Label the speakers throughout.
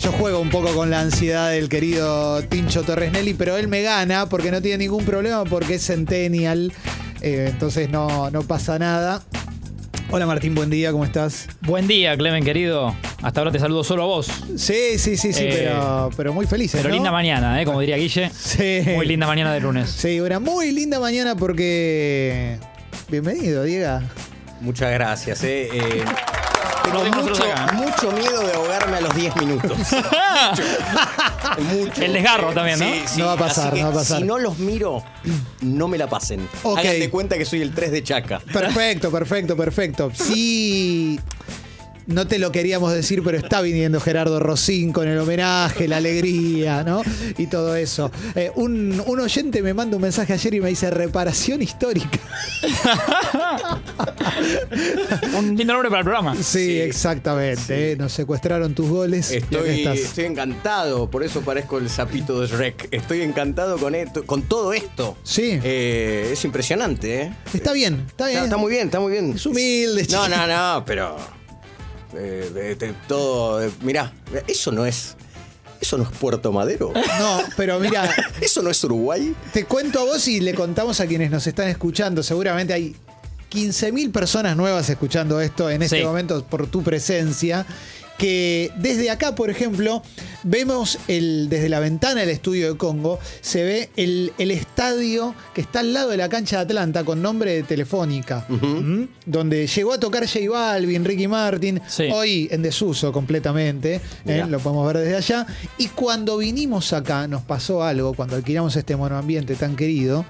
Speaker 1: Yo juego un poco con la ansiedad del querido Tincho Torres Nelly, pero él me gana porque no tiene ningún problema, porque es centennial, eh, entonces no, no pasa nada. Hola Martín, buen día, ¿cómo estás?
Speaker 2: Buen día, Clemen, querido. Hasta ahora te saludo solo a vos.
Speaker 1: Sí, sí, sí, sí,
Speaker 2: Eh,
Speaker 1: pero, pero muy feliz.
Speaker 2: Pero linda mañana, ¿eh? como diría Guille.
Speaker 1: Sí.
Speaker 2: Muy linda mañana de lunes.
Speaker 1: Sí, una muy linda mañana porque. Bienvenido, Diego.
Speaker 3: Muchas gracias. eh. Eh, tengo
Speaker 2: Nos vemos
Speaker 3: mucho,
Speaker 2: nosotros acá. ¿eh?
Speaker 3: mucho miedo de ahogarme a los 10 minutos. mucho, mucho.
Speaker 2: El desgarro también, ¿no?
Speaker 3: Sí, sí.
Speaker 1: No va a pasar,
Speaker 3: Así que
Speaker 1: no va a pasar.
Speaker 3: Si no los miro, no me la pasen.
Speaker 1: Ok.
Speaker 3: Hagan de cuenta que soy el 3 de Chaca.
Speaker 1: Perfecto, perfecto, perfecto. Sí. No te lo queríamos decir, pero está viniendo Gerardo Rosín con el homenaje, la alegría, ¿no? Y todo eso. Eh, un, un oyente me manda un mensaje ayer y me dice reparación histórica.
Speaker 2: Un lindo nombre para el programa.
Speaker 1: Sí, exactamente. eh. Nos secuestraron tus goles. y acá
Speaker 3: Estoy,
Speaker 1: estás.
Speaker 3: estoy encantado, por eso parezco el sapito de Shrek. Estoy encantado con, esto, con todo esto.
Speaker 1: Sí.
Speaker 3: Eh, es impresionante, ¿eh?
Speaker 1: Está bien, está bien.
Speaker 3: Está, está muy bien, está muy bien.
Speaker 1: Es humilde,
Speaker 3: No,
Speaker 1: chico.
Speaker 3: no, no, pero. eh, eh, te- todo. eh, mirá, eso no es. Eso no es Puerto Madero.
Speaker 1: No, pero mira,
Speaker 3: Eso no es Uruguay.
Speaker 1: Te cuento a vos y le contamos a quienes nos están escuchando. Seguramente hay 15.000 personas nuevas escuchando esto en este
Speaker 2: Sí.
Speaker 1: momento por tu presencia. Que desde acá, por ejemplo, vemos el, desde la ventana del estudio de Congo, se ve el, el estadio que está al lado de la cancha de Atlanta con nombre de Telefónica, ¿Mm? donde llegó a tocar J Balvin, Ricky Martin,
Speaker 2: Sí.
Speaker 1: hoy en desuso completamente, ¿eh?
Speaker 3: Mirá.
Speaker 1: lo podemos ver desde allá. Y cuando vinimos acá nos pasó algo, cuando alquilamos este monoambiente tan querido,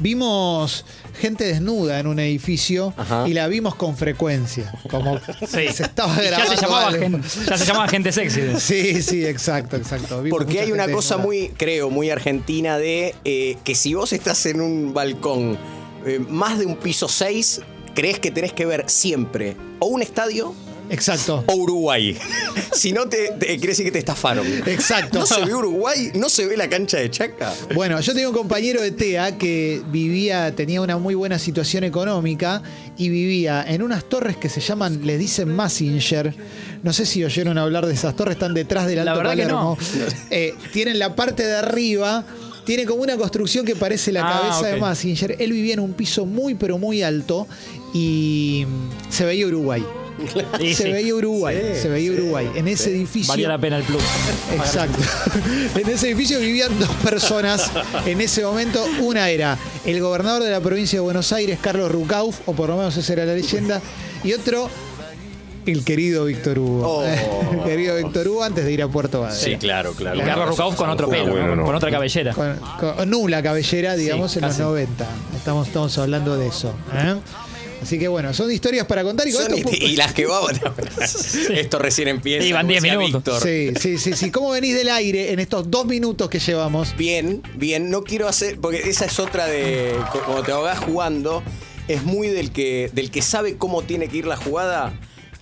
Speaker 1: vimos gente desnuda en un edificio
Speaker 3: Ajá.
Speaker 1: y la vimos con frecuencia, como
Speaker 2: Sí.
Speaker 1: se estaba
Speaker 2: Y ya,
Speaker 1: grabando.
Speaker 2: se llamaba
Speaker 1: algo.
Speaker 2: gen- ya se llamaba gente sexy.
Speaker 1: Sí, sí, exacto, exacto. Vimos
Speaker 3: Porque
Speaker 1: mucha
Speaker 3: hay una
Speaker 1: gente
Speaker 3: cosa
Speaker 1: desnuda.
Speaker 3: muy, creo, muy argentina de eh, que si vos estás en un balcón eh, más de un piso 6, crees que tenés que ver siempre o un estadio
Speaker 1: Exacto.
Speaker 3: o Uruguay. si no, te, te- quiere decir que te estafaron.
Speaker 1: Exacto.
Speaker 3: No se ve Uruguay, no se ve la cancha de Chaca.
Speaker 1: Bueno, yo tenía un compañero de TEA que vivía, tenía una muy buena situación económica y vivía en unas torres que se llaman, les dicen Massinger. No sé si oyeron hablar de esas torres, están detrás del
Speaker 2: La
Speaker 1: Alto
Speaker 2: verdad que
Speaker 1: Palermo. Eh, tienen la parte de arriba. Tiene como una construcción que parece la
Speaker 2: Ah,
Speaker 1: cabeza de
Speaker 2: ok.
Speaker 1: Massinger. Él vivía en un piso muy, pero muy alto y mm, se veía Uruguay.
Speaker 2: Y
Speaker 1: se
Speaker 2: sí,
Speaker 1: veía Uruguay,
Speaker 3: Sí,
Speaker 1: se veía
Speaker 3: sí,
Speaker 1: Uruguay. En ese edificio.
Speaker 2: Valía la pena el plus.
Speaker 1: Exacto. En ese edificio vivían dos personas en ese momento. Una era el gobernador de la provincia de Buenos Aires, Carlos Rucauf, o por lo menos esa era la leyenda, y otro, el querido Víctor Hugo.
Speaker 3: Oh.
Speaker 1: El querido Víctor Hugo antes de ir a Puerto Badea.
Speaker 3: claro, claro.
Speaker 2: Y Carlos Rucauf con otro pelo, ¿no? con otra cabellera.
Speaker 1: Con, con nula cabellera, digamos, en los
Speaker 2: casi.
Speaker 1: 90. Estamos, estamos hablando de eso. ¿eh? Así que bueno, son historias para contar y con
Speaker 3: Son
Speaker 1: esto-
Speaker 3: y, y las que va Esto recién empieza.
Speaker 2: Sí, van
Speaker 3: como
Speaker 2: 10
Speaker 3: decía
Speaker 2: minutos.
Speaker 3: Víctor.
Speaker 1: Sí, sí, sí, sí. ¿Cómo venís del aire en estos dos minutos que llevamos?
Speaker 3: Bien, bien. No quiero hacer. Porque esa es otra de. co- Cuando te ahogás jugando, es muy del que, del que sabe cómo tiene que ir la jugada.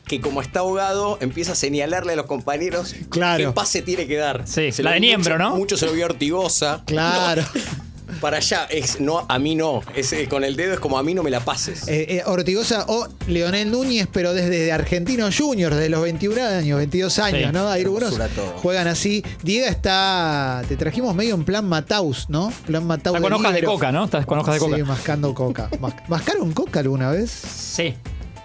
Speaker 3: Que como está ahogado, empieza a señalarle a los compañeros
Speaker 1: Claro.
Speaker 3: qué pase tiene que dar.
Speaker 2: Sí,
Speaker 3: lo
Speaker 2: la de
Speaker 3: vi
Speaker 2: Niembro,
Speaker 3: mucho-
Speaker 2: ¿no?
Speaker 3: Mucho se lo vio a Ortigosa.
Speaker 1: Claro.
Speaker 3: No, para allá. Es, no, a mí no. Es, eh, con el dedo es como a mí no me la pases.
Speaker 1: Eh, eh, Ortigosa o Leonel Núñez, pero desde Argentinos Juniors, desde los 21 años, 22 años,
Speaker 2: Sí.
Speaker 1: ¿no? Hay algunos
Speaker 3: Hermosura todo.
Speaker 1: juegan así. Diego está. Te trajimos medio en plan Mataus, ¿no? Plan Mataus.
Speaker 2: Está Ah, con hojas de
Speaker 1: libero.
Speaker 2: coca, ¿no? Estás con hojas de coca.
Speaker 1: Sí, mascando coca. Mas- ¿Mascaron coca alguna vez?
Speaker 2: Sí.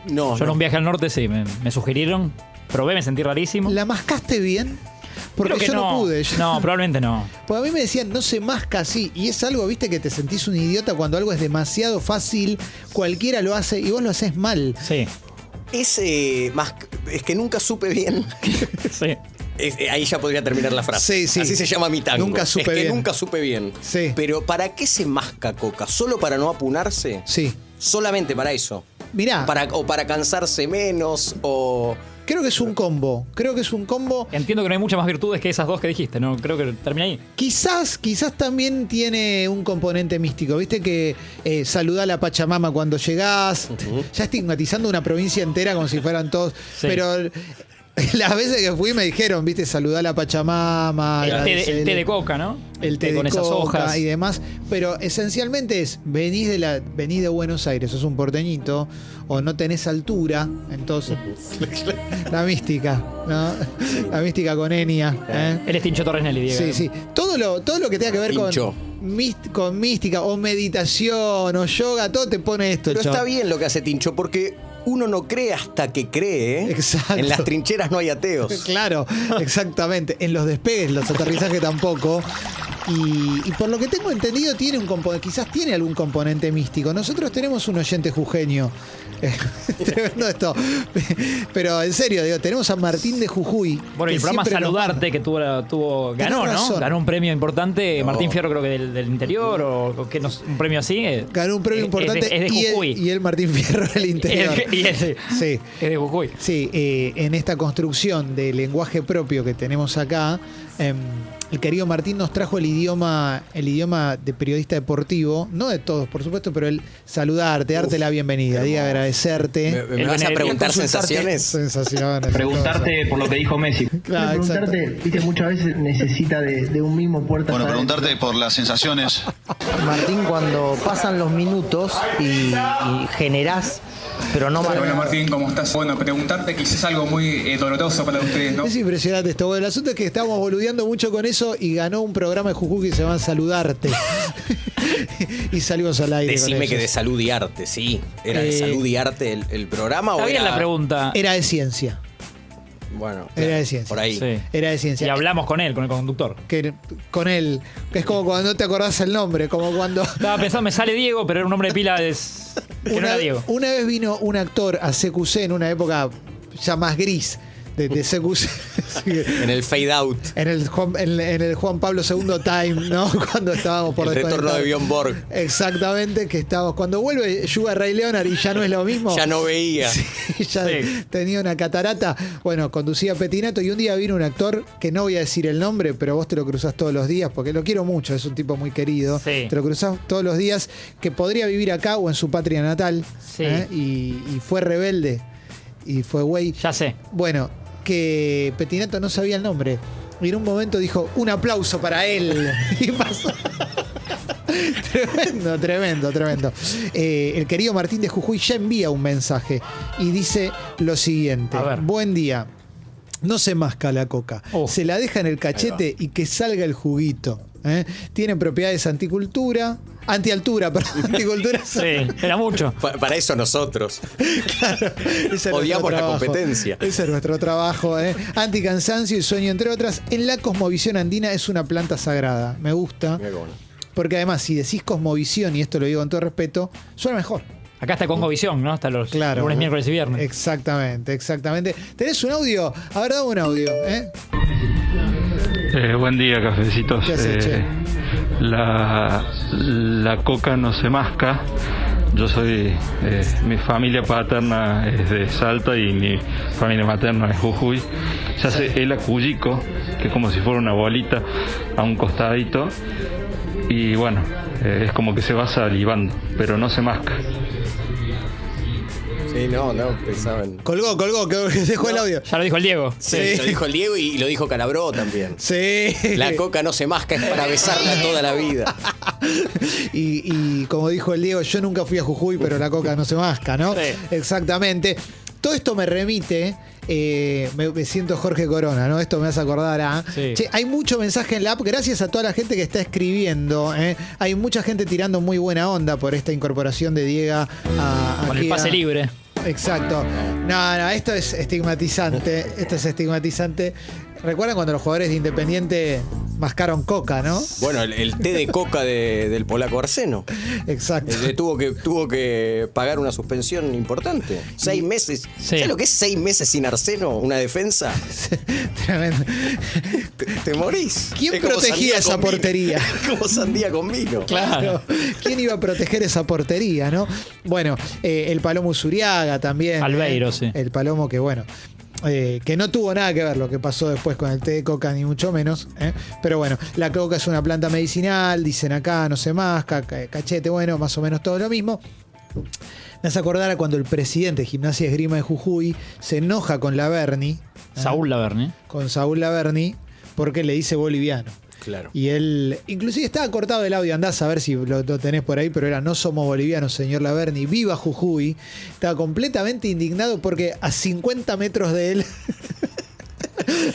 Speaker 3: No,
Speaker 2: Yo en
Speaker 3: no.
Speaker 2: un viaje al norte, sí, me, me sugirieron. Probé, me sentí rarísimo.
Speaker 1: ¿La mascaste bien?
Speaker 2: Creo
Speaker 1: Porque
Speaker 2: que
Speaker 1: yo no, pude. Yo-
Speaker 2: No, probablemente no.
Speaker 1: Pues a mí me decían, no se masca así. Y es algo, viste, que te sentís un idiota cuando algo es demasiado fácil, cualquiera lo hace y vos lo haces mal.
Speaker 2: Sí.
Speaker 3: Es, eh, más, es que nunca supe bien.
Speaker 2: Sí.
Speaker 3: Es- eh, ahí ya podría terminar la frase.
Speaker 1: Sí, sí.
Speaker 3: Así se llama mi tango.
Speaker 1: Nunca supe
Speaker 3: es que
Speaker 1: bien.
Speaker 3: nunca supe bien.
Speaker 1: Sí.
Speaker 3: Pero ¿para qué se masca coca? ¿Solo para no apunarse?
Speaker 1: Sí.
Speaker 3: Solamente para eso.
Speaker 1: Mirá.
Speaker 3: Para, o para cansarse menos o...
Speaker 1: Creo que es un combo. Creo que es un combo.
Speaker 2: Entiendo que no hay muchas más virtudes que esas dos que dijiste, ¿no? Creo que termina ahí.
Speaker 1: Quizás, quizás también tiene un componente místico. Viste que eh, saluda a la Pachamama cuando llegás. Ya estigmatizando una provincia entera como si fueran todos.
Speaker 2: Sí.
Speaker 1: Pero Las veces que fui me dijeron, viste, saludá a la Pachamama.
Speaker 2: El té, de,
Speaker 1: agradecele.
Speaker 2: el té de coca, ¿no?
Speaker 1: el té
Speaker 2: con
Speaker 1: de
Speaker 2: esas
Speaker 1: coca
Speaker 2: hojas.
Speaker 1: y demás, pero esencialmente es venís de la venís de Buenos Aires, sos un porteñito o no tenés altura, entonces la mística, ¿no? La mística con Enia, ¿eh?
Speaker 2: Él es Tincho Torres Nelly, Diego.
Speaker 1: Sí, sí. Todo lo, todo lo que tenga que ver con,
Speaker 3: Pincho.
Speaker 1: míst- con mística o meditación o yoga, todo te pone esto,
Speaker 3: Pero
Speaker 1: chao.
Speaker 3: está bien lo que hace Tincho, porque uno no cree hasta que cree. ¿eh?
Speaker 1: Exacto.
Speaker 3: En las trincheras no hay ateos.
Speaker 1: Claro, exactamente. En los despegues, los aterrizajes tampoco. Y, y por lo que tengo entendido, tiene un compo- quizás tiene algún componente místico. Nosotros tenemos un oyente jujeño. Eh, Tremendo esto. Pero en serio, digo, tenemos a Martín de Jujuy.
Speaker 2: Bueno,
Speaker 1: que
Speaker 2: y el programa
Speaker 1: siempre nos
Speaker 2: Saludarte, que tuvo, la- tuvo
Speaker 1: Tenés
Speaker 2: ganó, ¿no?
Speaker 1: razón.
Speaker 2: Ganó un premio importante,
Speaker 3: No.
Speaker 2: Martín Fierro creo que del, del interior, o, o que nos- un premio así. eh.
Speaker 1: Ganó un
Speaker 2: Es-
Speaker 1: premio
Speaker 2: es de-
Speaker 1: importante
Speaker 2: Es de,
Speaker 1: y,
Speaker 2: Jujuy.
Speaker 1: el, y el Martín Fierro del interior.
Speaker 2: Es de- y es de-
Speaker 1: Sí.
Speaker 2: es de Jujuy.
Speaker 1: Sí, eh, en esta construcción de lenguaje propio que tenemos acá, em, el querido Martín nos trajo el idioma, el idioma de periodista deportivo, no de todos, por supuesto, pero el saludarte, darte
Speaker 3: Uf,
Speaker 1: la bienvenida,
Speaker 3: qué
Speaker 1: y
Speaker 3: hermoso. ¿Me,
Speaker 1: agradecerte.
Speaker 3: me
Speaker 2: El
Speaker 3: vas a
Speaker 2: Benedetto.
Speaker 3: preguntar
Speaker 2: Consultarte.
Speaker 3: sensaciones?
Speaker 1: Sensaciones.
Speaker 4: Preguntarte por lo que dijo Messi.
Speaker 1: Claro,
Speaker 5: preguntarte, viste, muchas veces necesita de, de un mismo puerta.
Speaker 6: Bueno,
Speaker 5: para adentro.
Speaker 6: preguntarte por las sensaciones.
Speaker 7: Martín, cuando pasan los minutos y, y generás, pero no
Speaker 8: Hola
Speaker 7: marcás.
Speaker 8: Martín, ¿cómo estás? Bueno, preguntarte quizás algo muy eh, doloroso para ustedes, ¿no?
Speaker 1: Es impresionante esto. Bueno, el asunto es que estábamos boludeando mucho con eso y ganó un programa de Jujuy que se llama Saludarte. y salimos al aire. con
Speaker 3: Decime que
Speaker 1: ellos.
Speaker 3: de salud y arte, sí. ¿Era
Speaker 1: Eh,
Speaker 3: de salud y arte el, el programa
Speaker 2: Está
Speaker 3: o
Speaker 2: bien
Speaker 3: era-
Speaker 2: la pregunta.
Speaker 1: Era de ciencia.
Speaker 3: Bueno,
Speaker 1: Era de ciencia.
Speaker 3: Por ahí.
Speaker 2: Sí.
Speaker 1: Era de ciencia.
Speaker 2: Y hablamos con él, con el conductor.
Speaker 1: que con él, que es como cuando no te acordás el nombre, como cuando
Speaker 2: Estaba pensando, me sale Diego, pero era un nombre de pila de... que no
Speaker 1: una,
Speaker 2: era Diego.
Speaker 1: una vez vino un actor a CQC en una época ya más gris de, de CQC. sí,
Speaker 3: En el fade out.
Speaker 1: En el, Juan, en, en el Juan Pablo II Time, ¿no? Cuando estábamos por
Speaker 3: el retorno
Speaker 1: desconectar.
Speaker 3: de Bjorn Borg.
Speaker 1: Exactamente, que estábamos. Cuando vuelve Yuga Ray Leonard y ya no es lo mismo.
Speaker 3: Ya no veía.
Speaker 1: Sí, ya
Speaker 2: Sí.
Speaker 1: tenía una catarata. Bueno, conducía a Petinato y un día vino un actor que no voy a decir el nombre, pero vos te lo cruzás todos los días porque lo quiero mucho, es un tipo muy querido.
Speaker 2: Sí.
Speaker 1: Te lo cruzás todos los días que podría vivir acá o en su patria natal.
Speaker 2: Sí.
Speaker 1: ¿eh? Y, y fue rebelde y fue güey.
Speaker 2: Ya sé.
Speaker 1: Bueno, que Petinato no sabía el nombre. Y en un momento dijo, un aplauso para él. Y pasó. tremendo, tremendo, tremendo. Eh, el querido Martín de Jujuy ya envía un mensaje y dice lo siguiente.
Speaker 2: A ver.
Speaker 1: Buen día. No se masca la coca.
Speaker 2: Oh.
Speaker 1: Se la deja en el cachete y que salga el juguito. ¿eh? Tienen propiedades anticultura. Antialtura, perdón. Anticultura.
Speaker 2: Sí, era mucho.
Speaker 3: Pa- para eso nosotros.
Speaker 1: Ese es
Speaker 3: Odiamos
Speaker 1: nuestro
Speaker 3: la
Speaker 1: trabajo.
Speaker 3: competencia.
Speaker 1: Ese es nuestro trabajo, ¿eh? Anticansancio y sueño, entre otras. En la cosmovisión andina es una planta sagrada. Me gusta.
Speaker 3: Mirá cómo no.
Speaker 1: Porque además, si decís cosmovisión, y esto lo digo con todo respeto, suena mejor.
Speaker 2: Acá está Congovisión, ¿no? Hasta los
Speaker 1: Claro. ¿eh?
Speaker 2: lunes, miércoles y viernes.
Speaker 1: Exactamente, exactamente. ¿Tenés un audio? A ver, dame un audio, ¿eh?
Speaker 9: Eh, buen día, cafecitos. Eh,
Speaker 1: ¿Qué haces, che?
Speaker 9: la, la coca no se masca. Yo soy. eh, mi familia paterna es de Salta y mi familia materna es Jujuy. Se hace el acullico, que es como si fuera una bolita a un costadito. Y bueno, eh, es como que se va salivando, pero no se masca.
Speaker 3: Sí, no, no, pensaban.
Speaker 1: Colgó, colgó, que dejó el audio.
Speaker 2: Ya lo dijo el Diego.
Speaker 3: Sí, lo dijo el Diego y lo dijo Calabró también.
Speaker 1: Sí.
Speaker 3: La coca no se masca, es para besarla toda la vida.
Speaker 1: y, y como dijo el Diego, yo nunca fui a Jujuy, pero la coca no se masca, ¿no?
Speaker 2: Sí.
Speaker 1: Exactamente. Todo esto me remite, eh, me, me siento Jorge Corona, ¿no? Esto me hace acordar a...
Speaker 2: Sí.
Speaker 1: Che, hay mucho mensaje en la app, gracias a toda la gente que está escribiendo. ¿eh? Hay mucha gente tirando muy buena onda por esta incorporación de Diego a... a
Speaker 2: Con el
Speaker 1: aquí a-
Speaker 2: pase libre.
Speaker 1: Exacto. No, no, esto es estigmatizante. Esto es estigmatizante. ¿Recuerdan cuando los jugadores de Independiente mascaron coca, no?
Speaker 3: Bueno, el, el té de coca de- del polaco Arseno.
Speaker 1: Exacto.
Speaker 3: Eh, tuvo, que, tuvo que pagar una suspensión importante. Seis meses.
Speaker 2: Sí.
Speaker 3: ¿Sabes lo que es seis meses sin Arseno? Una defensa.
Speaker 1: Tremendo.
Speaker 3: Te, te morís.
Speaker 1: ¿Quién
Speaker 3: Es como
Speaker 1: protegía
Speaker 3: sandía
Speaker 1: esa
Speaker 3: con vino.
Speaker 1: portería?
Speaker 3: Es como sandía con vino.
Speaker 1: Claro. ¿Quién iba a proteger esa portería, no? Bueno, eh, el Palomo Usuriaga también.
Speaker 2: Albeiro,
Speaker 1: eh.
Speaker 2: sí.
Speaker 1: El Palomo que, bueno, eh, que no tuvo nada que ver lo que pasó después con el té de coca, ni mucho menos. eh. Pero bueno, la coca es una planta medicinal, dicen acá, no se masca, ca- cachete, bueno, más o menos todo lo mismo. Me hace acordar a cuando el presidente de Gimnasia y Esgrima de Jujuy se enoja con la Berni,
Speaker 2: Saúl Laverne.
Speaker 1: con Saúl Laverni, porque le dice boliviano.
Speaker 3: Claro.
Speaker 1: Y él, inclusive estaba cortado el audio, andás a ver si lo, lo tenés por ahí, pero era no somos bolivianos, señor Laverni, viva Jujuy. Estaba completamente indignado porque a 50 metros de él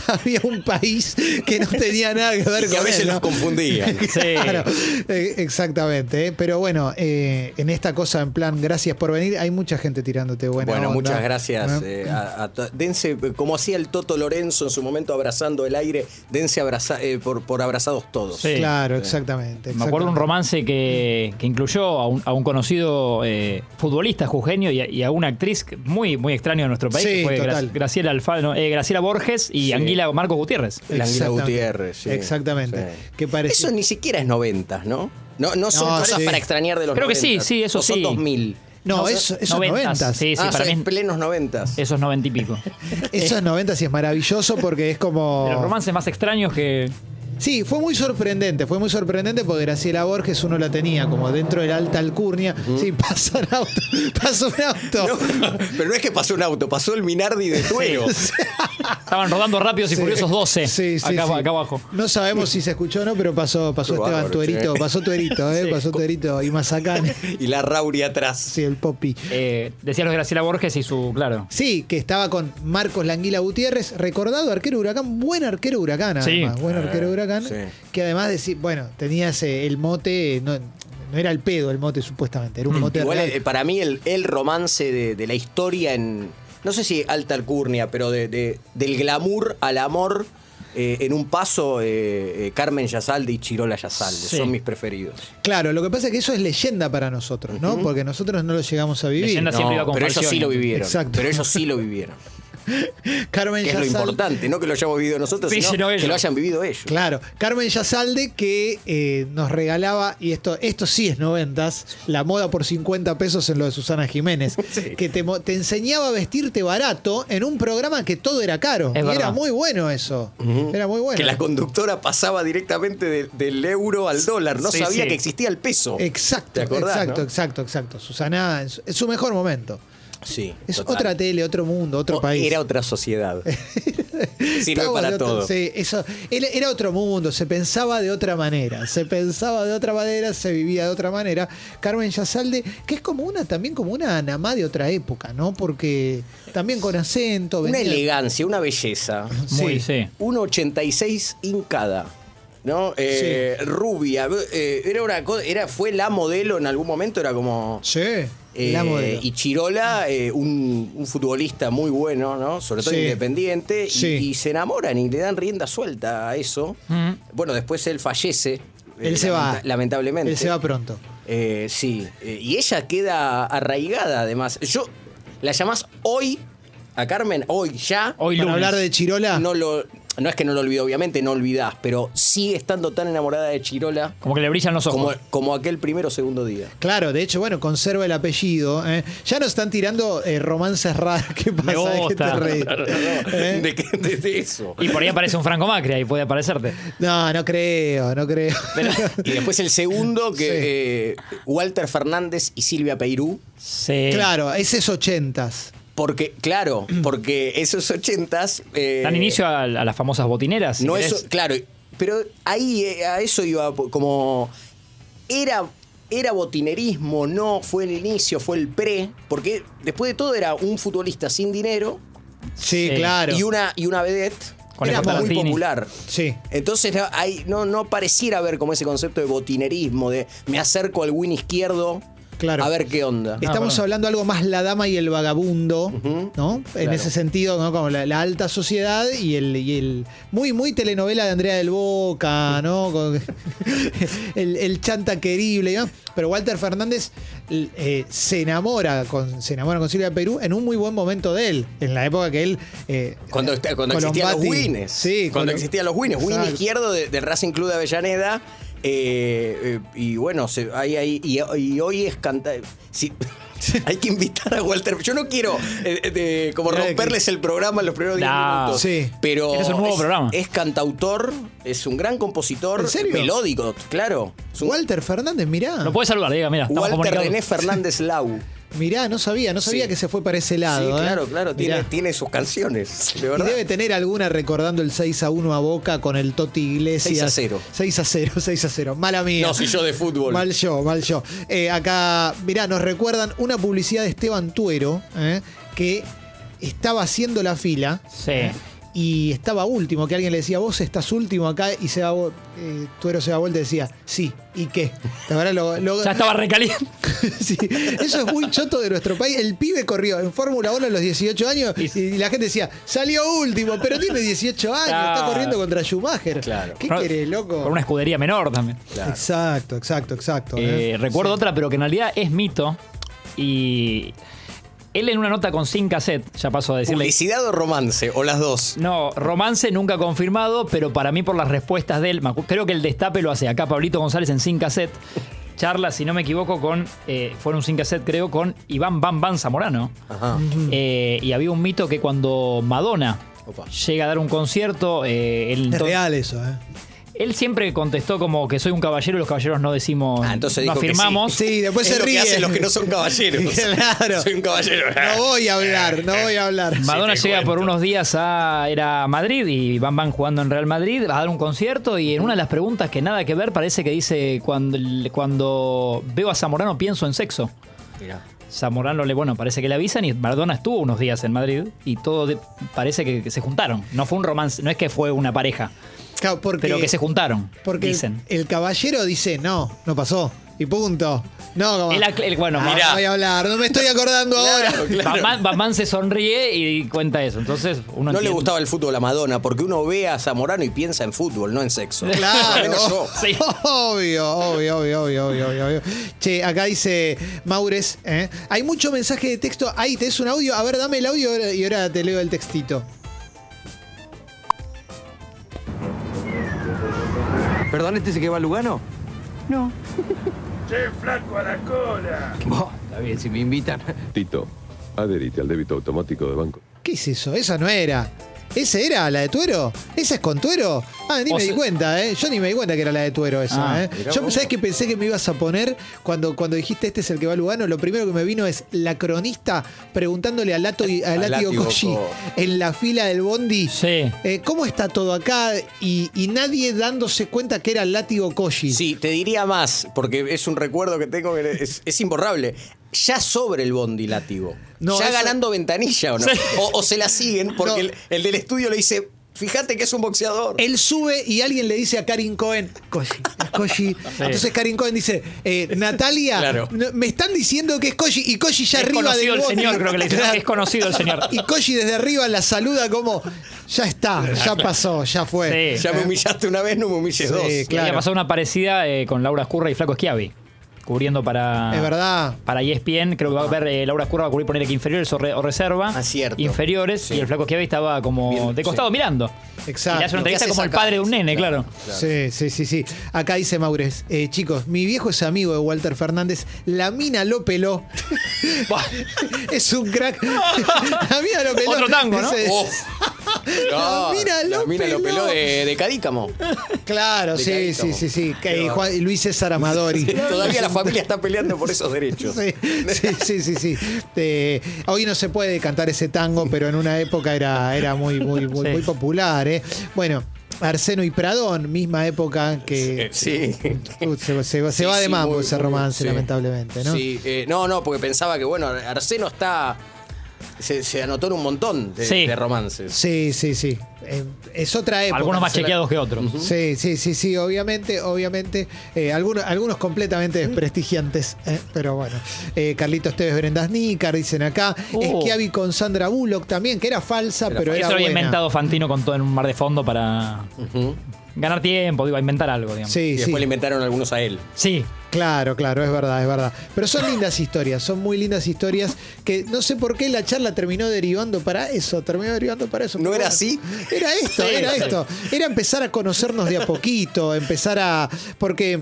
Speaker 1: había un país que no tenía nada que ver
Speaker 3: Y
Speaker 1: con
Speaker 3: a veces
Speaker 1: él, ¿no?
Speaker 3: los confundían.
Speaker 2: Sí.
Speaker 1: Claro, eh, exactamente. eh. Pero bueno, eh, en esta cosa, en plan, gracias por venir, hay mucha gente tirándote buena
Speaker 3: Bueno,
Speaker 1: onda.
Speaker 3: muchas gracias.
Speaker 1: ¿Eh?
Speaker 3: eh, a- a to- dense, eh, como hacía el Toto Lorenzo en su momento abrazando el aire, dense abraza- eh, por, por abrazados todos.
Speaker 2: Sí.
Speaker 1: claro, exactamente.
Speaker 2: Me acuerdo un
Speaker 1: exactamente.
Speaker 2: romance que, que incluyó a un, a un conocido eh, futbolista jujeño y a, y a una actriz que- muy, muy extraña de nuestro país,
Speaker 1: Sí,
Speaker 2: que fue Gra-
Speaker 1: total.
Speaker 2: Graciela, Alfano, eh, Graciela Borges y
Speaker 3: Sí.
Speaker 2: Anguila Marcos Gutiérrez.
Speaker 3: El Anguila
Speaker 1: Exactamente.
Speaker 3: Gutiérrez. sí,
Speaker 1: Exactamente.
Speaker 3: sí.
Speaker 1: Que parecía-
Speaker 3: Eso ni siquiera es 90, ¿no? No, no son
Speaker 1: No,
Speaker 3: cosas
Speaker 1: sí.
Speaker 3: para extrañar de los
Speaker 2: Creo que
Speaker 3: 90.
Speaker 2: sí, sí, eso
Speaker 3: O son
Speaker 2: sí.
Speaker 3: 2000.
Speaker 1: No,
Speaker 2: No,
Speaker 1: eso, eso es
Speaker 2: noventas,
Speaker 1: 90.
Speaker 2: sí.
Speaker 3: ah,
Speaker 2: para
Speaker 3: son
Speaker 2: mí-
Speaker 3: plenos 90.
Speaker 2: Esos noventa y pico.
Speaker 1: Eso es 90 y es maravilloso porque es como.
Speaker 2: De los romances más extraños que.
Speaker 1: Sí, fue muy sorprendente, fue muy sorprendente porque Graciela Borges uno la tenía como dentro de la alta alcurnia. Sí, pasa un auto, pasa un auto.
Speaker 3: pero no es que pasó un auto, pasó el Minardi de Tuero.
Speaker 2: Estaban rodando rápidos y
Speaker 1: Sí.
Speaker 2: furiosos 12.
Speaker 1: Sí, sí,
Speaker 2: acá,
Speaker 1: sí.
Speaker 2: acá abajo.
Speaker 1: No sabemos si se escuchó o no, pero pasó, pasó
Speaker 3: Qué
Speaker 1: Esteban
Speaker 3: bárbaro,
Speaker 1: Tuerito,
Speaker 3: che.
Speaker 1: pasó Tuerito, eh, pasó Tuerito y Mazacán.
Speaker 3: y la Rauri atrás.
Speaker 1: Sí, el Popi.
Speaker 2: Eh, decía los Graciela Borges y su. Claro.
Speaker 1: Sí, que estaba con Marcos Languila Gutiérrez, recordado arquero huracán, buen arquero huracán,
Speaker 2: Sí.
Speaker 1: además, buen arquero huracán,
Speaker 3: Ah, sí.
Speaker 1: que además de decir, bueno, tenías eh, el mote, eh, no, no era el pedo el mote supuestamente, era
Speaker 2: Mm.
Speaker 1: un mote
Speaker 3: Igual
Speaker 1: real.
Speaker 3: eh, para mí el, el romance de, de la historia en, no sé si alta alcurnia, pero de, de- del glamour al amor, eh, en un paso, eh, eh, Carmen Yasalde y Chirola Yasalde,
Speaker 2: Sí.
Speaker 3: son mis preferidos.
Speaker 1: Claro, lo que pasa es que eso es leyenda para nosotros, ¿no? Porque nosotros no lo llegamos a vivir.
Speaker 2: Leyenda Ah, siempre iba con
Speaker 3: pero ellos sí
Speaker 2: Falcioni.
Speaker 3: lo vivieron.
Speaker 1: Exacto.
Speaker 3: Pero ellos sí lo vivieron.
Speaker 1: Carmen
Speaker 3: Que es lo
Speaker 1: Yazal-
Speaker 3: importante, no que lo hayamos vivido nosotros,
Speaker 2: Sí,
Speaker 3: sino
Speaker 2: sino ellos.
Speaker 3: que lo hayan vivido ellos.
Speaker 1: Claro, Carmen Yasalde que eh, nos regalaba, y esto, esto sí es noventas, la moda por 50 pesos en lo de Susana Jiménez, que te, mo- te enseñaba a vestirte barato en un programa que todo era caro.
Speaker 2: Es
Speaker 1: y era
Speaker 2: verdad.
Speaker 1: muy bueno eso. Era muy bueno.
Speaker 3: Que la conductora pasaba directamente de- del euro al dólar, no
Speaker 2: Sí,
Speaker 3: sabía
Speaker 2: sí.
Speaker 3: que existía el peso.
Speaker 1: Exacto,
Speaker 3: ¿Te acordás,
Speaker 1: exacto,
Speaker 3: no?
Speaker 1: exacto, exacto. Susana, es es su mejor momento.
Speaker 3: Sí.
Speaker 1: Es
Speaker 3: total.
Speaker 1: otra tele, otro mundo, otro
Speaker 3: O-
Speaker 1: país.
Speaker 3: Era otra sociedad. Sirve
Speaker 1: Estaba de
Speaker 3: para
Speaker 1: otro-
Speaker 3: todo.
Speaker 1: sí, eso, era- era otro mundo, se pensaba de otra manera, se pensaba de otra manera, se vivía de otra manera. Carmen Yasalde, que es como una, también como una anamá de otra época, ¿no? Porque también con acento,
Speaker 3: Una
Speaker 1: venía-
Speaker 3: elegancia, una belleza.
Speaker 2: Muy, sí.
Speaker 3: 1,86 hincada. ¿No? Eh, Rubia. eh, era una co- era, fue la modelo en algún momento, era como.
Speaker 1: Sí,
Speaker 3: eh,
Speaker 1: la modelo.
Speaker 3: Y Chirola, eh, un, un futbolista muy bueno, ¿no? Sobre todo
Speaker 1: Sí.
Speaker 3: independiente. y-
Speaker 1: Sí.
Speaker 3: Y, se enamoran y le dan rienda suelta a eso.
Speaker 2: Ujú.
Speaker 3: Bueno, después él fallece. eh,
Speaker 1: Él se va.
Speaker 3: Lamentablemente.
Speaker 1: Él se va pronto.
Speaker 3: Eh, sí, eh, y ella queda arraigada además. Yo, ¿la llamás hoy a Carmen? Hoy, ya.
Speaker 2: Hoy
Speaker 1: Para
Speaker 2: lunes.
Speaker 1: hablar de Chirola,
Speaker 3: No, lo, no es que no lo olvidó, obviamente no olvidás, pero sigue estando tan enamorada de Chirola
Speaker 2: Como que le brillan los
Speaker 3: como,
Speaker 2: ojos.
Speaker 3: como aquel primero o segundo día.
Speaker 1: claro, de hecho, bueno, conserva el apellido. ¿eh? Ya nos están tirando eh, romances raros. ¿Qué pasa? ¿De qué te
Speaker 2: gusta.
Speaker 1: reís? ¿Eh?
Speaker 3: ¿De, qué- de- de eso.
Speaker 2: Y por ahí aparece un Franco Macri, ahí puede aparecerte.
Speaker 1: No, no creo, no creo.
Speaker 3: Y después el segundo, que
Speaker 1: Sí.
Speaker 3: eh, Walter Fernández y Silvia Peirú.
Speaker 2: Sí.
Speaker 1: claro, ese es ochentas.
Speaker 3: Porque, claro, porque esos ochentas. eh,
Speaker 2: Dan inicio a, a las famosas botineras. si
Speaker 3: no
Speaker 2: querés.
Speaker 3: eso, claro, pero ahí eh, a eso iba po- como era era botinerismo, no fue el inicio, fue el pre, porque después de todo era un futbolista sin dinero
Speaker 1: Sí,
Speaker 2: Sí.
Speaker 1: claro.
Speaker 3: y una y una vedette
Speaker 2: Con
Speaker 3: era
Speaker 2: el
Speaker 3: muy
Speaker 2: Tarantini.
Speaker 3: popular.
Speaker 1: Sí.
Speaker 3: Entonces no, hay, no, no pareciera haber como ese concepto de botinerismo, de me acerco al win izquierdo
Speaker 1: Claro.
Speaker 3: a ver qué onda.
Speaker 1: Estamos
Speaker 2: perdón.
Speaker 1: hablando algo más la dama y el vagabundo, ¿no? En
Speaker 3: claro.
Speaker 1: ese sentido, ¿no? Como la, la alta sociedad y el, y el- Muy, muy telenovela de Andrea del Boca, ¿no? Con- el, el chanta querible, ¿no? Pero Walter Fernández l- eh, se enamora con se enamora con Silvia Perú en un muy buen momento de él, en la época que él. eh,
Speaker 3: Cuando, está- cuando
Speaker 1: Colombati-
Speaker 3: existían los Wines.
Speaker 1: Sí,
Speaker 3: cuando
Speaker 1: Colom-
Speaker 3: existían los Wines. Win
Speaker 1: Exacto.
Speaker 3: izquierdo de- del Racing Club de Avellaneda. Eh, eh, y bueno, se- hay, hay- y, y hoy es cantar. Sí, hay que invitar a Walter. Yo no quiero eh, eh, de- como
Speaker 1: Mirá que-
Speaker 3: romperles el programa en los primeros 10
Speaker 2: No.
Speaker 3: minutos.
Speaker 1: Sí.
Speaker 3: Pero
Speaker 2: Es un nuevo
Speaker 3: es,
Speaker 2: programa.
Speaker 3: es cantautor, es un gran compositor,
Speaker 1: ¿En serio?
Speaker 3: melódico, claro. Es un-
Speaker 1: Walter Fernández, mirá.
Speaker 2: Lo puede saludar, diga, mira, estamos
Speaker 3: Walter
Speaker 2: comunicados.
Speaker 3: René Fernández Lau.
Speaker 1: Mirá, no sabía, no sabía
Speaker 3: Sí.
Speaker 1: que se fue para ese lado.
Speaker 3: sí,
Speaker 1: ¿eh?
Speaker 3: claro, claro. Tiene,
Speaker 1: Mirá.
Speaker 3: tiene sus canciones. De
Speaker 1: Y
Speaker 3: verdad.
Speaker 1: debe tener alguna recordando el 6 a 1 a Boca con el Toti Iglesias.
Speaker 3: 6 a 0.
Speaker 1: 6 a 0, 6 a 0. Mala mía.
Speaker 3: No, si yo de fútbol.
Speaker 1: Mal yo, mal yo. Eh, acá, mirá, nos recuerdan una publicidad de Esteban Tuero ¿eh? que estaba haciendo la fila
Speaker 2: Sí.
Speaker 1: y estaba último, que alguien le decía, vos estás último acá y se va, eh, Tuero se da vuelta y decía, sí, ¿y qué? La verdad, lo- lo-
Speaker 2: Ya estaba recaliente.
Speaker 1: Sí, eso es muy choto de nuestro país. El pibe corrió en Fórmula 1 a los 18 años y la gente decía, salió último, pero tiene 18 años, está
Speaker 2: Claro.
Speaker 1: corriendo contra Schumacher.
Speaker 3: Claro.
Speaker 1: ¿Qué querés, loco?
Speaker 2: Por una escudería menor también.
Speaker 3: Claro.
Speaker 1: Exacto, exacto, exacto.
Speaker 2: Eh,
Speaker 1: ¿eh?
Speaker 2: recuerdo otra, pero que en realidad es mito. Y él en una nota con sin cassette, ya paso a decirle.
Speaker 3: ¿Publicidad o romance? O las dos.
Speaker 2: No, romance nunca confirmado, pero para mí por las respuestas de él, me acu- creo que el destape lo hace acá Pablito González en Sin Cassette. Charla, si no me equivoco, con. eh, fue en un Sin Cassette, creo, con Iván Van Van Zamorano.
Speaker 3: Ajá.
Speaker 2: Eh, y había un mito que cuando Madonna
Speaker 3: Opa.
Speaker 2: llega a dar un concierto, eh, él,
Speaker 1: Es
Speaker 2: entonces-
Speaker 1: real eso, ¿eh?
Speaker 2: él siempre contestó como que soy un caballero y los caballeros no decimos.
Speaker 3: Ah, entonces
Speaker 2: no
Speaker 3: dijo que sí.
Speaker 2: afirmamos.
Speaker 1: Sí, después
Speaker 3: es
Speaker 1: se
Speaker 3: lo
Speaker 1: ríe.
Speaker 3: que hacen los que no son caballeros.
Speaker 1: Claro.
Speaker 3: Soy un caballero.
Speaker 1: No voy a hablar, no voy a hablar.
Speaker 2: Madonna
Speaker 3: te
Speaker 2: llega por
Speaker 3: cuento.
Speaker 2: unos días a era Madrid y Van Van jugando en Real Madrid, va a dar un concierto y en una de las preguntas que nada que ver parece que dice cuando, el- cuando veo a Zamorano pienso en sexo.
Speaker 3: Mirá.
Speaker 2: Zamorano le, bueno, parece que le avisan y Madonna estuvo unos días en Madrid y todo de- parece que, que se juntaron. No fue un romance, no es que fue una pareja,
Speaker 1: Claro, porque,
Speaker 2: pero que se juntaron,
Speaker 1: porque
Speaker 2: dicen.
Speaker 1: el caballero dice, no, no pasó. Y punto. No, como-
Speaker 2: El acl- el- bueno,
Speaker 1: Ah,
Speaker 2: mirá.
Speaker 1: No voy a hablar, no me estoy acordando ahora.
Speaker 2: Van Van- Van Van se sonríe y cuenta eso. Entonces uno
Speaker 3: No le
Speaker 2: entiende.
Speaker 3: gustaba el fútbol a Madonna porque uno ve a Zamorano y piensa en fútbol, no en sexo. Por lo
Speaker 1: Claro,
Speaker 3: menos yo.
Speaker 2: Sí.
Speaker 1: obvio, obvio, obvio, obvio, obvio, obvio, obvio. Che, acá dice Maures, ¿eh? hay mucho mensaje de texto. Ahí te es un audio. A ver, dame el audio y ahora te leo el textito.
Speaker 7: Perdón, ¿este se que va a Lugano? No. Che, flaco a la cola. está bien, si me invitan.
Speaker 6: Tito, adherite al débito automático de banco.
Speaker 1: ¿Qué es eso? Esa no era. ¿Esa era la de Tuero? ¿Esa es con Tuero? Ah, ni
Speaker 2: O
Speaker 1: me di
Speaker 2: sea-
Speaker 1: cuenta, ¿eh? Yo ni me di cuenta que era la de Tuero esa,
Speaker 2: Ah,
Speaker 1: ¿eh?
Speaker 3: mirá
Speaker 1: Yo,
Speaker 3: vos.
Speaker 1: ¿sabes qué pensé que me ibas a poner cuando, cuando dijiste este es el que va a Lugano? Lo primero que me vino es la cronista preguntándole a Lato y, a
Speaker 3: A
Speaker 1: Látigo
Speaker 3: Látigo
Speaker 1: Coggi
Speaker 3: Co.
Speaker 1: en la fila del bondi.
Speaker 2: Sí.
Speaker 1: Eh, ¿Cómo está todo acá? Y, y nadie dándose cuenta que era el látigo Koji.
Speaker 3: Sí, te diría más, porque es un recuerdo que tengo que es, es imborrable. Ya sobre el bondi látigo.
Speaker 1: No,
Speaker 3: ya
Speaker 1: eso-
Speaker 3: ganando ventanilla o no. O, o se la siguen porque
Speaker 1: No. Eh,
Speaker 3: el, el del estudio le dice, fíjate que es un boxeador.
Speaker 1: Él sube y alguien le dice a Karin Cohen, Koji, Koji. Entonces Karin Cohen dice, eh, Natalia,
Speaker 3: Claro.
Speaker 1: no- me están diciendo que es Koji y Koji ya
Speaker 2: Es
Speaker 1: arriba del
Speaker 2: conocido el
Speaker 1: bondi.
Speaker 2: señor, creo que le dicen.
Speaker 1: Claro.
Speaker 2: Es conocido el señor.
Speaker 1: Y eh, Koji desde arriba la saluda como, ya está, ya pasó, ya fue.
Speaker 2: Sí.
Speaker 3: Ya me humillaste una vez, no me humilles
Speaker 1: Sí,
Speaker 3: dos.
Speaker 2: Y
Speaker 1: Claro.
Speaker 2: Había pasado una parecida eh, con Laura Escurra y Flaco Schiavi, cubriendo para.
Speaker 1: Es verdad.
Speaker 2: Para E ESPN, creo que va a haber eh, Laura Escurra va a cubrir poner que inferiores o, re- o reserva.
Speaker 3: Ah, cierto.
Speaker 2: Inferiores
Speaker 3: Sí.
Speaker 2: y el Flaco Schiavi estaba como
Speaker 3: Bien,
Speaker 2: de costado
Speaker 3: sí.
Speaker 2: mirando. Y le hace
Speaker 1: Exacto.
Speaker 2: una
Speaker 3: ¿Qué
Speaker 2: entrevista
Speaker 3: haces
Speaker 2: como el
Speaker 3: acá?
Speaker 2: padre de un
Speaker 3: Sí,
Speaker 2: nene, claro.
Speaker 1: Sí, sí, sí, sí. Acá dice Maures, eh, chicos, mi viejo es amigo de Walter Fernández, la mina lo peló. es un crack. La mina lo peló.
Speaker 2: Otro tango, ¿no?
Speaker 1: Ese-
Speaker 3: Uf. No,
Speaker 1: La mina lo
Speaker 3: la mina
Speaker 1: peló.
Speaker 3: lo peló de, de Cadícamo.
Speaker 1: Claro,
Speaker 3: De
Speaker 1: sí,
Speaker 3: Cadícamo.
Speaker 1: sí, sí, sí.
Speaker 3: Qué
Speaker 1: Eh,
Speaker 3: va.
Speaker 1: Juan- Luis César Amadori.
Speaker 3: Todavía la familia está peleando por esos derechos.
Speaker 1: Sí, sí, sí, sí. sí. Eh, hoy no se puede cantar ese tango, pero en una época era, era muy, muy, muy,
Speaker 2: Sí.
Speaker 1: muy popular. ¿eh? Bueno, Arseno y Pradón, misma época que
Speaker 3: Eh, Sí.
Speaker 1: Uh, se, se- se
Speaker 3: Sí,
Speaker 1: va de
Speaker 3: sí,
Speaker 1: mambo
Speaker 3: muy,
Speaker 1: ese
Speaker 3: muy,
Speaker 1: romance,
Speaker 3: sí.
Speaker 1: lamentablemente, ¿no?
Speaker 3: Sí, eh, no, no, porque pensaba que, bueno, Arseno está. Se, se anotó en un montón de,
Speaker 2: Sí.
Speaker 3: de romances.
Speaker 1: Sí, sí, sí. Eh, es otra época.
Speaker 2: Algunos más
Speaker 1: Se la-
Speaker 2: chequeados que otros.
Speaker 1: Sí, sí, sí, sí, obviamente, obviamente. Eh, algunos, algunos completamente desprestigiantes, eh, pero bueno. Eh, Carlitos Tevez, Brendas Nícar, dicen acá.
Speaker 2: Oh.
Speaker 1: Esquiavi con Sandra Bullock también, que era falsa, pero era
Speaker 2: Eso lo había
Speaker 1: buena.
Speaker 2: inventado Fantino con todo en un mar de fondo para
Speaker 3: Ujú.
Speaker 2: ganar tiempo, digo, a inventar algo, digamos.
Speaker 3: Y
Speaker 1: Sí, sí.
Speaker 3: después le inventaron algunos a él.
Speaker 2: Sí.
Speaker 1: Claro, claro, es verdad, es verdad. Pero son lindas historias, son muy lindas historias que no sé por qué la charla charla terminó derivando para eso, terminó derivando para eso.
Speaker 3: ¿No
Speaker 1: Pero
Speaker 3: era
Speaker 1: bueno,
Speaker 3: así?
Speaker 1: Era esto,
Speaker 2: Sí,
Speaker 1: era
Speaker 2: sí.
Speaker 1: esto. Era empezar a conocernos de a poquito, empezar a. Porque.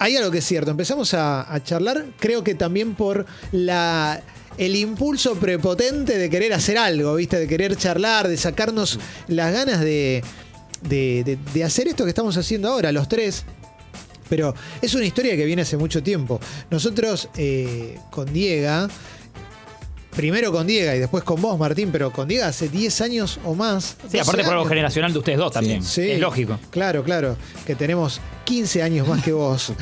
Speaker 1: Hay algo que es cierto, empezamos a, a charlar, creo que también por la el impulso prepotente de querer hacer algo, ¿viste? De querer charlar, de sacarnos las ganas de, de- de- de hacer esto que estamos haciendo ahora, los tres. Pero es una historia que viene hace mucho tiempo. Nosotros eh, con Diega, primero con Diega y después con vos, Martín, pero con Diega hace 10 años o más.
Speaker 2: Sí,
Speaker 1: 12
Speaker 2: aparte por algo
Speaker 1: años.
Speaker 2: generacional de ustedes dos también.
Speaker 1: Sí.
Speaker 2: Es lógico.
Speaker 1: Claro, claro, que tenemos 15 años más que vos.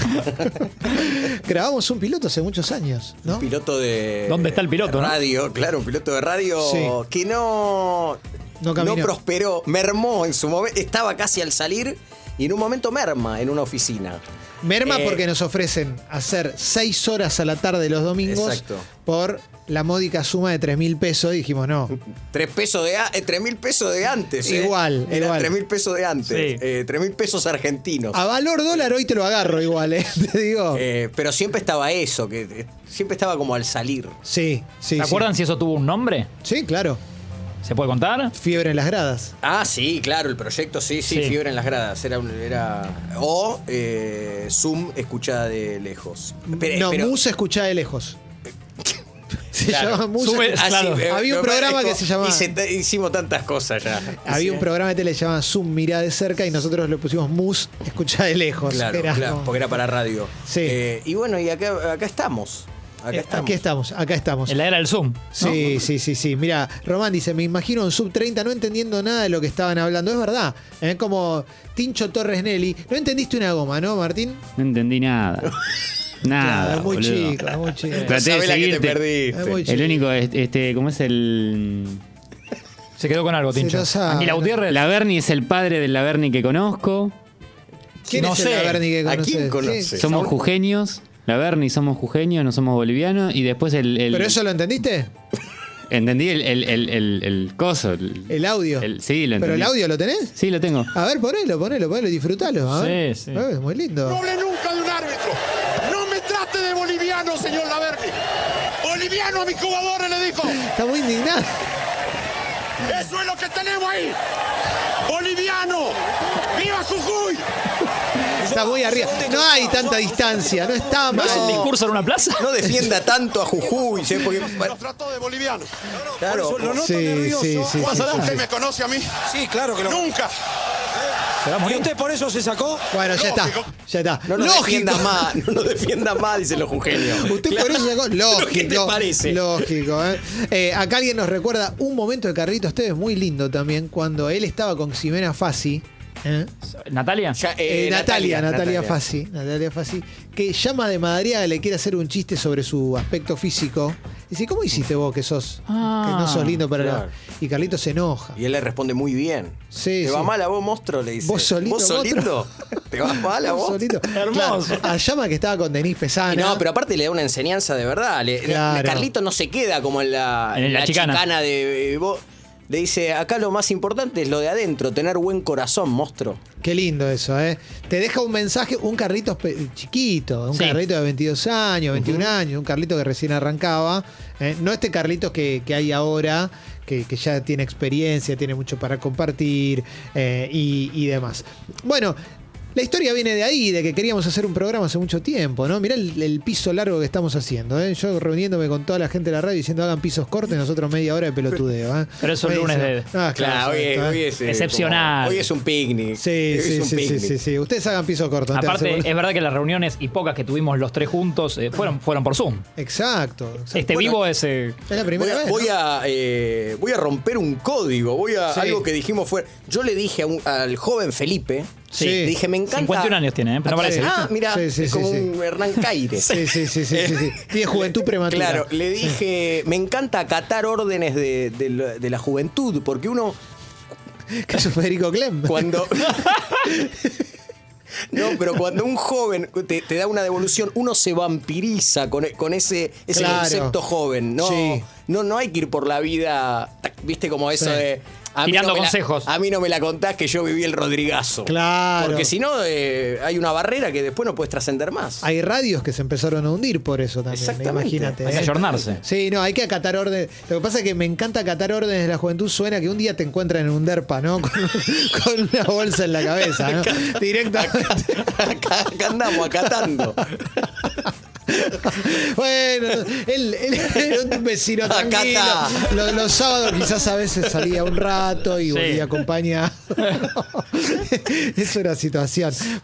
Speaker 1: Grabamos un piloto hace muchos años, ¿no?
Speaker 3: Un piloto de.
Speaker 2: ¿Dónde está el piloto, no?
Speaker 3: Radio, claro, un piloto de radio
Speaker 1: Sí.
Speaker 3: que no.
Speaker 1: No caminó.
Speaker 3: prosperó, mermó en su momento. Estaba casi al salir y en un momento merma en una oficina.
Speaker 1: Merma
Speaker 3: Eh,
Speaker 1: porque nos ofrecen hacer 6 horas a la tarde los domingos
Speaker 3: Exacto.
Speaker 1: por la módica suma de 3 mil pesos. Y dijimos, no,
Speaker 3: Tres pesos de a- eh, tres mil pesos de antes. eh.
Speaker 1: Igual,
Speaker 3: Eran
Speaker 1: igual.
Speaker 3: Tres mil pesos de antes.
Speaker 2: Sí.
Speaker 3: eh, tres mil pesos argentinos.
Speaker 1: a valor dólar hoy te lo agarro igual, ¿eh? te digo.
Speaker 3: Eh, pero siempre estaba eso, que eh, siempre estaba como al salir.
Speaker 1: sí, sí.
Speaker 2: ¿Se
Speaker 1: sí.
Speaker 2: acuerdan si eso tuvo un nombre?
Speaker 1: Sí, claro.
Speaker 2: ¿Se puede contar?
Speaker 1: Fiebre en las gradas.
Speaker 3: Ah, sí, claro, el proyecto, sí, sí,
Speaker 2: Sí.
Speaker 3: fiebre en las gradas. Era, un- era O eh, Zoom escuchada de lejos. Pero-
Speaker 1: no,
Speaker 3: pero-
Speaker 1: Musa escuchá de lejos. Se
Speaker 3: Claro.
Speaker 1: llama Musa.
Speaker 2: Sube-
Speaker 3: Ah, sí,
Speaker 2: claro.
Speaker 3: eh,
Speaker 1: Había un
Speaker 3: me
Speaker 1: programa
Speaker 3: parezco.
Speaker 1: que se llamaba-
Speaker 3: Hice ta- hicimos tantas cosas ya.
Speaker 1: Había un programa de tele que se llamaba Zoom, mirá de cerca, y nosotros lo pusimos Mus, escuchá de lejos.
Speaker 3: Claro,
Speaker 1: Era
Speaker 3: claro,
Speaker 1: como-
Speaker 3: porque era para radio.
Speaker 1: Sí.
Speaker 3: Eh, y bueno, y acá, acá estamos. Acá
Speaker 1: Eh,
Speaker 3: estamos.
Speaker 1: Aquí estamos, acá estamos.
Speaker 2: En la era del Zoom.
Speaker 1: Sí, sí, sí, sí. Mira, Román dice, me imagino un sub 30 no entendiendo nada de lo que estaban hablando. Es verdad. ¿eh? Como Tincho Torres Nelly. No entendiste una goma, ¿no, Martín?
Speaker 10: No entendí nada. Nada.
Speaker 1: Claro, es muy
Speaker 10: boludo.
Speaker 1: chico, es muy chico.
Speaker 10: Traté de
Speaker 3: Sabés la que
Speaker 1: Es
Speaker 3: te
Speaker 10: seguirte.
Speaker 1: muy
Speaker 3: perdiste.
Speaker 1: chico.
Speaker 10: El único, es- este, ¿cómo es el...?
Speaker 2: Se quedó con algo,
Speaker 1: Se
Speaker 2: Tincho.
Speaker 1: lo sabe.
Speaker 2: Angela Gutiérrez.
Speaker 10: La Bernie es el padre del La Bernie que conozco.
Speaker 1: ¿Quién
Speaker 2: No
Speaker 1: es
Speaker 2: sé.
Speaker 1: el Laverni que
Speaker 3: ¿A
Speaker 1: conoces?
Speaker 3: quién conoces?
Speaker 1: Sí.
Speaker 10: Somos
Speaker 3: Saúl.
Speaker 10: jujeños. La Bernie somos jujeños, no somos bolivianos. Y después el... el-
Speaker 1: ¿Pero eso lo entendiste?
Speaker 10: Entendí el, el, el, el- el coso. el-
Speaker 1: El audio.
Speaker 10: el- sí, lo entendí.
Speaker 1: ¿Pero el audio lo tenés?
Speaker 10: Sí, lo tengo.
Speaker 1: A ver, ponelo, ponelo, ponelo, disfrutalo. A
Speaker 2: Sí,
Speaker 1: ver.
Speaker 2: sí.
Speaker 1: A ver, Es muy lindo.
Speaker 11: No hable nunca de un árbitro. No me trate de boliviano, señor Laverni. Boliviano a mis jugadores le dijo.
Speaker 1: Está muy indignado.
Speaker 11: Eso es lo que tenemos ahí. Boliviano. ¡Viva Jujuy!
Speaker 1: Está muy arriba. No hay tanta distancia. No está
Speaker 2: ¿No
Speaker 1: mal.
Speaker 2: es el discurso en una plaza?
Speaker 3: No defienda tanto a Jujuy, ¿sí? porque,
Speaker 11: Nos trató de boliviano.
Speaker 3: claro,
Speaker 1: Sí, sí, sí, sí, sí,
Speaker 11: ¿Usted
Speaker 1: sí.
Speaker 11: me conoce a mí?
Speaker 5: Sí, claro que
Speaker 11: Nunca.
Speaker 2: Se va a morir.
Speaker 5: por eso se sacó?
Speaker 1: Bueno, ya está.
Speaker 11: Lógico.
Speaker 1: Ya está.
Speaker 3: no lo
Speaker 1: Lógico.
Speaker 3: defienda más, no lo defienda más, dicen los jujeños.
Speaker 1: Usted por eso llegó. Lógico.
Speaker 3: ¿Qué te parece?
Speaker 1: Lógico, ¿eh? Eh, Acá alguien nos recuerda un momento de Carlitos Tevez muy lindo también, cuando él estaba con Ximena Fassi. ¿eh?
Speaker 2: ¿Natalia?
Speaker 3: Ya, eh,
Speaker 1: Eh, Natalia, Natalia, Fassi, Natalia Fassi, que llama de Madariaga, le quiere hacer un chiste sobre su aspecto físico. Dice, ¿cómo hiciste vos que sos, que no sos lindo para la-?"
Speaker 3: Ah, claro.
Speaker 1: Y Carlitos se enoja.
Speaker 3: Y él le responde muy bien.
Speaker 1: Sí,
Speaker 3: ¿Te va
Speaker 1: sí.
Speaker 3: mal a vos, monstruo? Le dice.
Speaker 1: ¿Vos solito,
Speaker 3: ¿Vos solito? ¿Te vas mal a vos?
Speaker 1: Solito.
Speaker 2: Hermoso.
Speaker 1: Claro, a Llama que estaba con Denise Pesana.
Speaker 3: Y no, pero aparte le da una enseñanza de verdad. Le-
Speaker 1: Claro.
Speaker 3: Carlito no se queda como en la,
Speaker 2: En la chicana.
Speaker 3: de eh, vos. Le dice, acá lo más importante es lo de adentro, tener buen corazón, monstruo.
Speaker 1: Qué lindo eso, ¿eh? Te deja un mensaje, un carrito pe- chiquito, un
Speaker 2: Sí.
Speaker 1: carrito de 22 años, 21 años, un carrito que recién arrancaba. ¿eh? No este carrito que, que hay ahora, que, que ya tiene experiencia, tiene mucho para compartir eh, y, y demás. Bueno. La historia viene de ahí, de que queríamos hacer un programa hace mucho tiempo, ¿no? Mirá el, el piso largo que estamos haciendo, ¿eh? Yo reuniéndome con toda la gente de la radio diciendo hagan pisos cortos y nosotros media hora de pelotudeo, ¿eh?
Speaker 2: Pero es un lunes de-
Speaker 1: Ah, claro,
Speaker 3: oye,
Speaker 1: exacto, ¿eh?
Speaker 3: oye, es, eh,
Speaker 2: Excepcional.
Speaker 3: como- Hoy es un picnic.
Speaker 1: Sí,
Speaker 3: Hoy es
Speaker 1: sí,
Speaker 3: un
Speaker 1: sí, sí,
Speaker 3: picnic.
Speaker 1: sí, sí. Ustedes hagan piso corto. no te
Speaker 2: Aparte, eh,
Speaker 1: aseguro.
Speaker 2: es verdad que las reuniones y pocas que tuvimos los tres juntos eh, fueron, fueron por Zoom.
Speaker 1: Exacto. exacto.
Speaker 2: Este
Speaker 1: Bueno,
Speaker 2: vivo es. eh,
Speaker 1: Es la
Speaker 3: Voy
Speaker 1: primera
Speaker 3: a,
Speaker 1: vez.
Speaker 3: voy,
Speaker 1: ¿no?
Speaker 3: a, eh, voy a romper un código, voy a
Speaker 1: Sí.
Speaker 3: algo que dijimos fue. Yo le dije a un- al joven Felipe,
Speaker 1: Sí.
Speaker 3: le dije, me encanta.
Speaker 2: 51 años tiene, ¿eh? Pero no
Speaker 3: Ah,
Speaker 2: parece.
Speaker 3: Ah, mira,
Speaker 1: Sí, sí,
Speaker 3: es
Speaker 1: sí,
Speaker 3: como
Speaker 1: sí.
Speaker 3: un Hernán Caire.
Speaker 1: Sí, sí, sí, sí, sí, sí. Tiene juventud prematura.
Speaker 3: Claro, le dije, me encanta acatar órdenes de, de la- de la juventud, porque uno
Speaker 1: Que es Federico Clem.
Speaker 3: cuando... No, pero cuando un joven te, te da una devolución, uno se vampiriza con, con ese, ese
Speaker 1: Claro.
Speaker 3: concepto joven, ¿no?
Speaker 1: Sí,
Speaker 3: no, no hay que ir por la vida, tac, viste, como eso
Speaker 2: Sí.
Speaker 3: de.
Speaker 2: Tirando
Speaker 3: me la-
Speaker 2: consejos.
Speaker 3: a mí no me la contás que yo viví el Rodrigazo.
Speaker 1: Claro.
Speaker 3: Porque si no, eh, hay una barrera que después no puedes trascender más.
Speaker 1: Hay radios que se empezaron a hundir por eso también.
Speaker 3: Exactamente.
Speaker 1: Imagínate.
Speaker 2: Hay que
Speaker 1: ¿eh?
Speaker 2: ayornarse.
Speaker 1: Sí, no, hay que acatar órdenes. Lo que pasa es que me encanta acatar órdenes de la juventud. Suena que un día te encuentran en un derpa, ¿no? Con, con una bolsa en la cabeza, ¿no? Directamente.
Speaker 3: Acá, acá andamos acatando.
Speaker 1: Bueno, él, él era un vecino
Speaker 3: Acá
Speaker 1: tranquilo.
Speaker 3: está.
Speaker 1: Lo- Los, sábados quizás a veces salía un rato y
Speaker 2: Sí.
Speaker 1: volvía acompañado. es una situación.